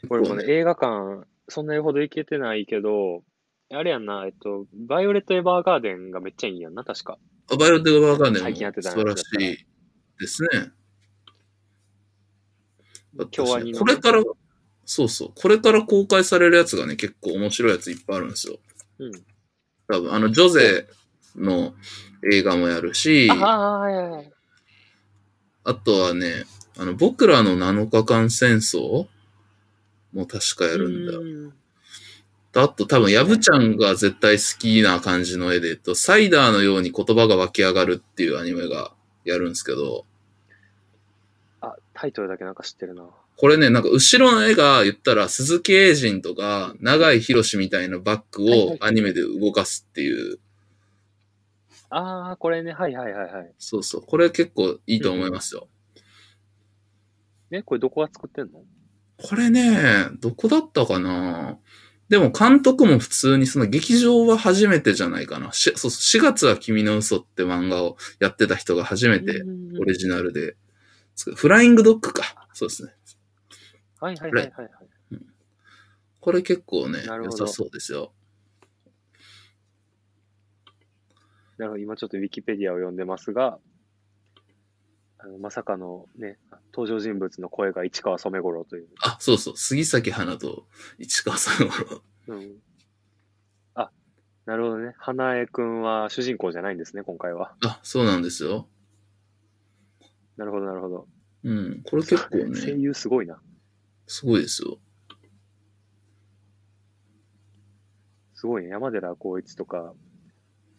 Speaker 1: これもね、映画館、そんなにほど行けてないけど、あれやんな、えっと、バイオレット・エヴァーガーデンがめっちゃいいんやんな、確か。
Speaker 2: あバイオレット・エヴァーガーデン
Speaker 1: 最近やっ
Speaker 2: も
Speaker 1: て
Speaker 2: 素
Speaker 1: た
Speaker 2: 晴ら
Speaker 1: や
Speaker 2: し
Speaker 1: つだから
Speaker 2: いですね。だって
Speaker 1: 京アニのね
Speaker 2: これから、そうそう、これから公開されるやつがね、結構面白いやついっぱいあるんですよ。
Speaker 1: うん。
Speaker 2: 多分、あの、ジョゼの映画もやるし、あ
Speaker 1: ああー、はいはいはい。
Speaker 2: とはね、あの、僕らの7日間戦争も確かやるんだよ。
Speaker 1: うん
Speaker 2: あと多分、ヤブちゃんが絶対好きな感じの絵で、えっと、サイダーのように言葉が湧き上がるっていうアニメがやるんですけど、
Speaker 1: あ、タイトルだけなんか知ってるな。
Speaker 2: これね、なんか後ろの絵が言ったら鈴木英人とか永井博みたいなバッグ
Speaker 1: はいは
Speaker 2: を
Speaker 1: い
Speaker 2: アニメで動かすっていう、
Speaker 1: ああ、これね、はいはいはいはい。
Speaker 2: そうそう、これ結構いいと思いますよ。
Speaker 1: ね、これどこが作ってんの
Speaker 2: これね、どこだったかなでも監督も普通にその劇場は初めてじゃないかな。しそうそう4月は君の嘘って漫画をやってた人が初めて
Speaker 1: うん
Speaker 2: オリジナルで、つフライングドッグか。そうですね。
Speaker 1: はいはいはいはいはい。
Speaker 2: これ結構ね、
Speaker 1: なる
Speaker 2: 良
Speaker 1: ほど
Speaker 2: さそうですよ。
Speaker 1: なるほど、今ちょっとウィキペディアを読んでますが、あのまさかのね、登場人物の声が市川染五郎という。
Speaker 2: あ、そうそう。杉咲花と市川さんの頃
Speaker 1: うん。あ、なるほどね。花江くんは主人公じゃないんですね、今回は。
Speaker 2: あ、そうなんですよ。
Speaker 1: なるほど、なるほど。
Speaker 2: うん。これ結構
Speaker 1: 声
Speaker 2: ね、
Speaker 1: 優すごいな。
Speaker 2: すごいですよ。
Speaker 1: すごいね。山寺宏一とか、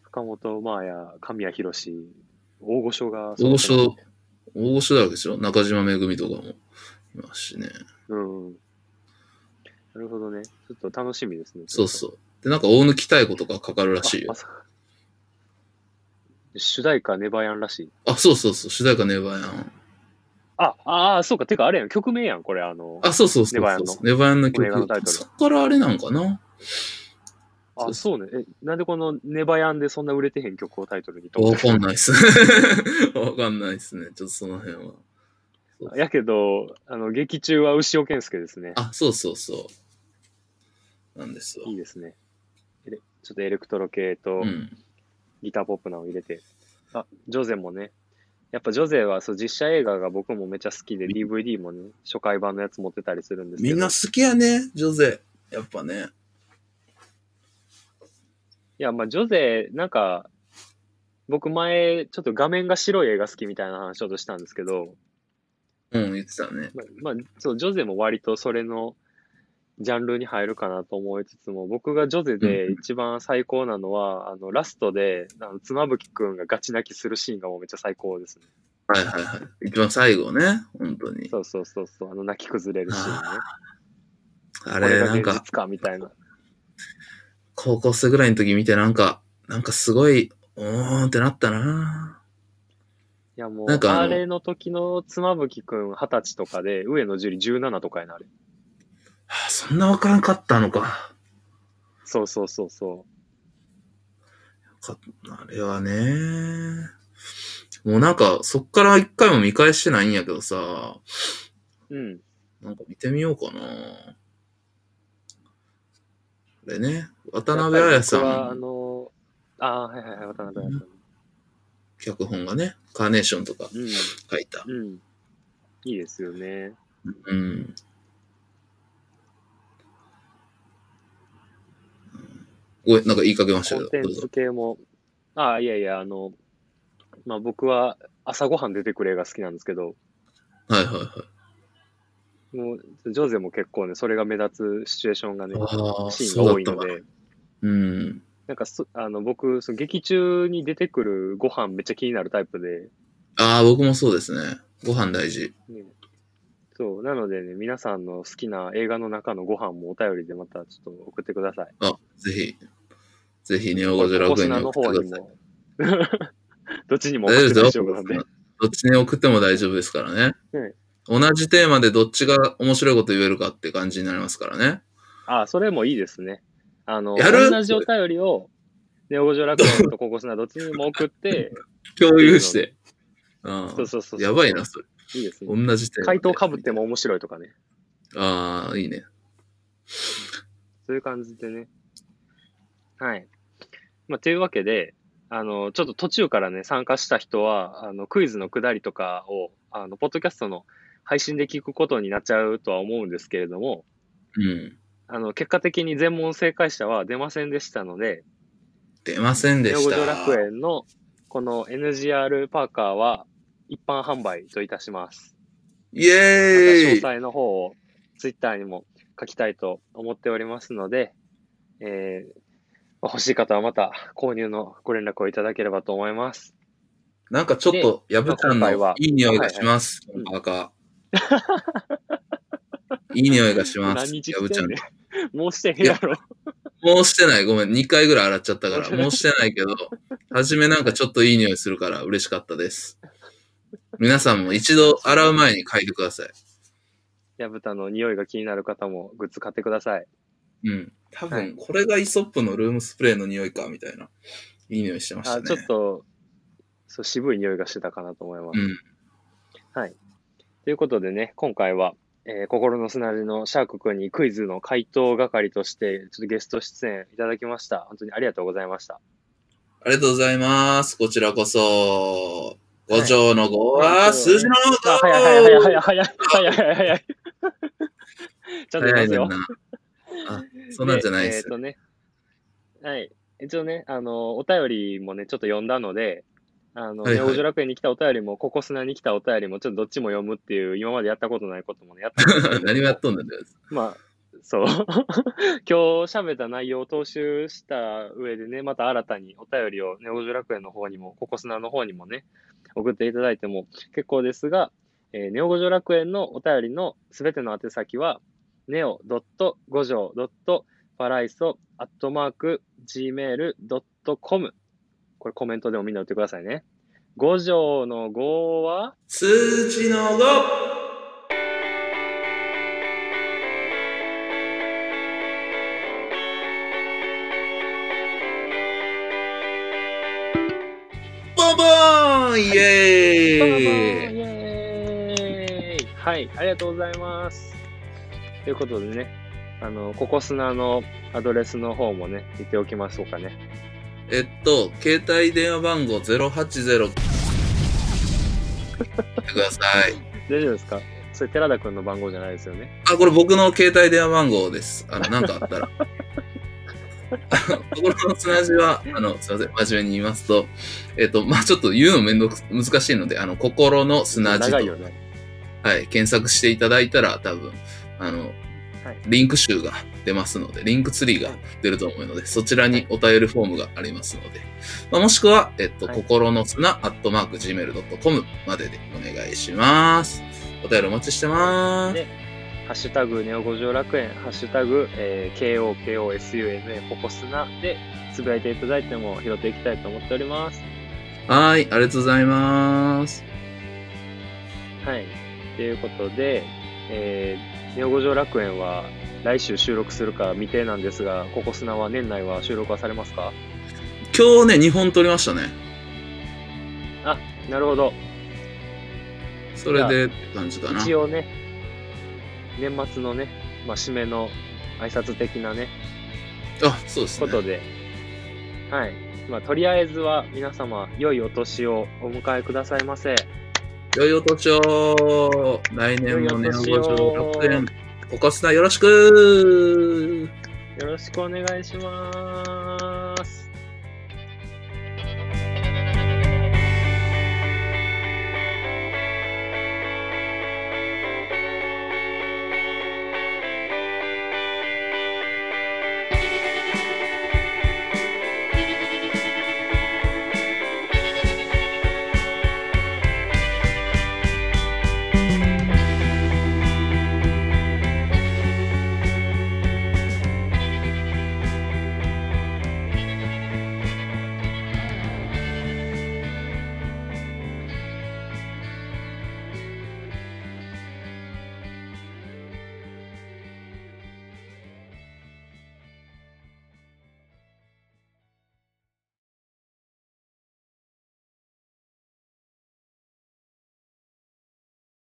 Speaker 1: 坂本真綾、神谷博史、大御所が、
Speaker 2: 大御所、大御所だらけですよ。中島めぐみとかもいますしね。
Speaker 1: うん。なるほどね。ちょっと楽しみですね。
Speaker 2: そうそう。で、なんか大抜き太鼓とかかかるら
Speaker 1: あ
Speaker 2: しいよ
Speaker 1: ま。さか主題歌、ネバヤンらしい。
Speaker 2: あ、そうそうそう。主題歌ネバヤン。
Speaker 1: あ、ああ、そうか。てか、あれやん。曲名やん、これ。あの、
Speaker 2: あ、そうそうそ
Speaker 1: ネ
Speaker 2: う
Speaker 1: バヤンの
Speaker 2: そうネバヤンの曲。
Speaker 1: この映画のタイトル
Speaker 2: そっからあれなんかな
Speaker 1: あ
Speaker 2: そう
Speaker 1: そうね。え、なんでこのネバヤンでそんな売れてへん曲をタイトルにと思
Speaker 2: わ
Speaker 1: って
Speaker 2: かんないっす。 わかんないっすね。ちょっとその辺は。
Speaker 1: やけど、あの、劇中は牛尾健介ですね。
Speaker 2: あ、そうそうそう。なんですよ
Speaker 1: い。いですね。エレちょっとエレクトロ系と
Speaker 2: うん。
Speaker 1: ギターポップなのを入れて。あ、ジョゼもね。やっぱジョゼはそう実写映画が僕もめちゃ好きで DVD もね、初回版のやつ持ってたりするんですけ
Speaker 2: み
Speaker 1: ど。
Speaker 2: んな好きやね、ジョゼ。やっぱね。
Speaker 1: いや、まあ、ジョゼ、なんか、僕前、ちょっと画面が白い映画好きみたいな話をちょっとしたんですけど、
Speaker 2: うん、言ってたね。
Speaker 1: まあ、まあ、そう、ジョゼも割とそれのジャンルに入るかなと思いつつも、僕がジョゼで一番最高なのは、あの、ラストで、あの、妻夫木くんがガチ泣きするシーンがもうめっちゃ最高ですね。
Speaker 2: はいはいはい。一番最後ね。本当に。
Speaker 1: そうそうそうそう、あの、泣き崩れるシーンね。
Speaker 2: あ
Speaker 1: これ
Speaker 2: れ、
Speaker 1: が
Speaker 2: なん
Speaker 1: 現
Speaker 2: か
Speaker 1: 実、か、みたいな。
Speaker 2: 高校生ぐらいの時見て、なんか、なんかすごい、うーんってなったない
Speaker 1: や、もう、
Speaker 2: なんかあの
Speaker 1: あれの時の妻夫木くん二十歳とかで、上野樹里17とかやな、あれ。
Speaker 2: あそんなわからんかったのか。
Speaker 1: そうそうそうそう。
Speaker 2: かあれはね。もうなんか、そっから一回も見返してないんやけどさ、
Speaker 1: うん。
Speaker 2: なんか見てみようかな。あれね、渡辺
Speaker 1: やっぱり
Speaker 2: 彩
Speaker 1: 僕は
Speaker 2: さ
Speaker 1: あ
Speaker 2: ん、
Speaker 1: の、あーはいはいはい、渡辺彩さ
Speaker 2: 脚本がね、カーネーションとか書いた。
Speaker 1: ん。うん。うん。いいですよね。
Speaker 2: うん。ごめん、なんか言いかけました
Speaker 1: コ
Speaker 2: け
Speaker 1: ン。テ
Speaker 2: ど
Speaker 1: ン
Speaker 2: どうぞ
Speaker 1: ツ系も、あーいやいや、あの、まあ僕は朝ごはん出てくれが好きなんですけど、
Speaker 2: はいはいはい。
Speaker 1: もう、ジョゼも結構ね、それが目立つシチュエーションがね、
Speaker 2: ああ、
Speaker 1: シーンが
Speaker 2: そ
Speaker 1: 多
Speaker 2: う
Speaker 1: い
Speaker 2: だ
Speaker 1: の
Speaker 2: ったな。
Speaker 1: で、
Speaker 2: うん。
Speaker 1: なんかそ、あの、僕、その劇中に出てくるご飯めっちゃ気になるタイプで、
Speaker 2: ああ、僕もそうですね。ご飯大事。
Speaker 1: ねそう、なのでね、皆さんの好きな映画の中のご飯もお便りでまたちょっと送ってください。
Speaker 2: あ、ぜひ、ぜひ、ネオ
Speaker 1: コ
Speaker 2: ゴジラ
Speaker 1: ス
Speaker 2: 君に
Speaker 1: ナの
Speaker 2: 送
Speaker 1: 方
Speaker 2: って
Speaker 1: に
Speaker 2: ください。
Speaker 1: も。どっちにも
Speaker 2: 大
Speaker 1: 送って
Speaker 2: 丈夫
Speaker 1: 大
Speaker 2: で
Speaker 1: 丈
Speaker 2: すよ
Speaker 1: 夫なんで。。
Speaker 2: どっちに送っても大丈夫ですからね。同じテーマでどっちが面白いこと言えるかって感じになりますからね。
Speaker 1: あ、それもいいですね。あの、
Speaker 2: やる
Speaker 1: 同じお便りを、ネオ五条楽園と高校生などっちにも送って、
Speaker 2: 共有して。うん
Speaker 1: そうそうそう。
Speaker 2: やばいな、。それ。
Speaker 1: いいですね。
Speaker 2: 同じテーマ
Speaker 1: 回
Speaker 2: で。
Speaker 1: 答かぶっても面白いとかね。
Speaker 2: ああ、いいね。
Speaker 1: そういう感じでね。はい。まあ、というわけで、あの、ちょっと途中からね、参加した人は、あの、クイズのくだりとかを、あの、ポッドキャストの配信で聞くことになっちゃうとは思うんですけれども、
Speaker 2: うん。
Speaker 1: あの、結果的に全問正解者は出ませんでしたので、
Speaker 2: 出ませんで
Speaker 1: ネオ
Speaker 2: し
Speaker 1: 五
Speaker 2: た。
Speaker 1: 条楽園のこの NGR パーカーは一般販売といたします。
Speaker 2: イ
Speaker 1: また詳
Speaker 2: エーイ
Speaker 1: 細の方をツイッターにも書きたいと思っておりますので、えーまあ欲しい方はまた購入のご連絡をいただければと思います。
Speaker 2: なんかちょっと、やぶちゃん
Speaker 1: 今回
Speaker 2: の
Speaker 1: はい
Speaker 2: い匂いがします。
Speaker 1: いはい
Speaker 2: パ ーカー。いい匂いがします。
Speaker 1: 何日
Speaker 2: や
Speaker 1: 来
Speaker 2: ぶち
Speaker 1: て
Speaker 2: ゃ
Speaker 1: ん
Speaker 2: ん
Speaker 1: ね。ん。 もうしてへんやろ。
Speaker 2: もうしてない。ごめん。2回ぐらい洗っちゃったから。もうしてないけど、初めなんかちょっといい匂いするから嬉しかったです。皆さんも一度洗う前に嗅いでください。
Speaker 1: やぶたの匂いが気になる方もグッズ買ってください。
Speaker 2: うん。多
Speaker 1: は
Speaker 2: 分、
Speaker 1: い
Speaker 2: これがイソップのルームスプレーの匂いか、みたいな。いい匂いしてました
Speaker 1: あ
Speaker 2: ね。
Speaker 1: ちょっとそう渋い匂いがしてたかなと思います。
Speaker 2: うん。
Speaker 1: ということでね、今回は、えー心の砂地のシャーク君にクイズの回答係として、ちょっとゲスト出演いただきました。本当にありがとうございました。
Speaker 2: ありがとうございます。こちらこそ。五条の五は、
Speaker 1: はい
Speaker 2: 数字の
Speaker 1: あ早い早い
Speaker 2: 5
Speaker 1: 早い早い早い早い 早い。ちゃんと言い
Speaker 2: 早
Speaker 1: ま
Speaker 2: い
Speaker 1: す
Speaker 2: ねん
Speaker 1: よ。
Speaker 2: な。あ、そうなんじゃないで
Speaker 1: え
Speaker 2: す
Speaker 1: っ、。とね、はい。一応ね、あの、お便りもね、ちょっと読んだので、あの、
Speaker 2: はいはい
Speaker 1: ネオジョ楽園に来たお便りも、ココスナに来たお便りも、ちょっとどっちも読むっていう、今までやったことないこともね、やったんですけど
Speaker 2: 何をやっとんだよ。
Speaker 1: まあ、そう。 今日喋った内容を踏襲した上でね、また新たにお便りをネオジョ楽園の方にも、ココスナの方にもね、送っていただいても結構ですが、えーネオ五条楽園のお便りのすべての宛先は、ネオ五条パライソアットマーク gmail.com これコメントでもみんな打ってくださいね。五条の5は
Speaker 2: 数字の5。ボンボンイ
Speaker 1: イ
Speaker 2: エーイ
Speaker 1: エーイはい、ありがとうございます。ということでね、あの、ココスナのアドレスの方もね、言っておきましょうかね。
Speaker 2: えっと、携帯電話番号080。ください。
Speaker 1: 大丈夫ですかそれ寺田くんの番号じゃないですよね。
Speaker 2: あ、これ僕の携帯電話番号です。あの、なんか あったら。あの心の砂地は、あの、すいません、真面目に言いますと、えっと、まあちょっと言うのめんどく、難しいので、あの、心の砂地と、
Speaker 1: 長いよね。
Speaker 2: はい、検索していただいたら、多分、あの、
Speaker 1: はい
Speaker 2: リンク集が出ますので、リンクツリーが出ると思うので、そちらにお便りフォームがありますので、まあ、もしくは、えっと、
Speaker 1: はい
Speaker 2: 心の砂、アットマーク、gmail.com まででお願いします。お便りお待ちしてます。
Speaker 1: でハッシュタグ、ネオ五条楽園、ハッシュタグ、えー KOKOSUNA、ココスナで、つぶやいていただいても拾っていきたいと思っております。
Speaker 2: はい、ありがとうございます。
Speaker 1: はい。ということで、えー、ネオ五条楽園は来週収録するか未定なんですが、ここ砂は年内は収録はされますか
Speaker 2: 今日ね、2本撮りましたね。
Speaker 1: なるほど。
Speaker 2: それで、感じかな。
Speaker 1: 一応ね、年末のね、まあ、締めの挨拶的なね、
Speaker 2: あ、そうです
Speaker 1: こ
Speaker 2: ね。
Speaker 1: とで、はい。まあ、とりあえずは皆様、良いお年をお迎えくださいませ。
Speaker 2: 良いお年を来年も
Speaker 1: 良い
Speaker 2: ね、
Speaker 1: お年を
Speaker 2: 56円。おかすなよろしく
Speaker 1: よろしくお願いします。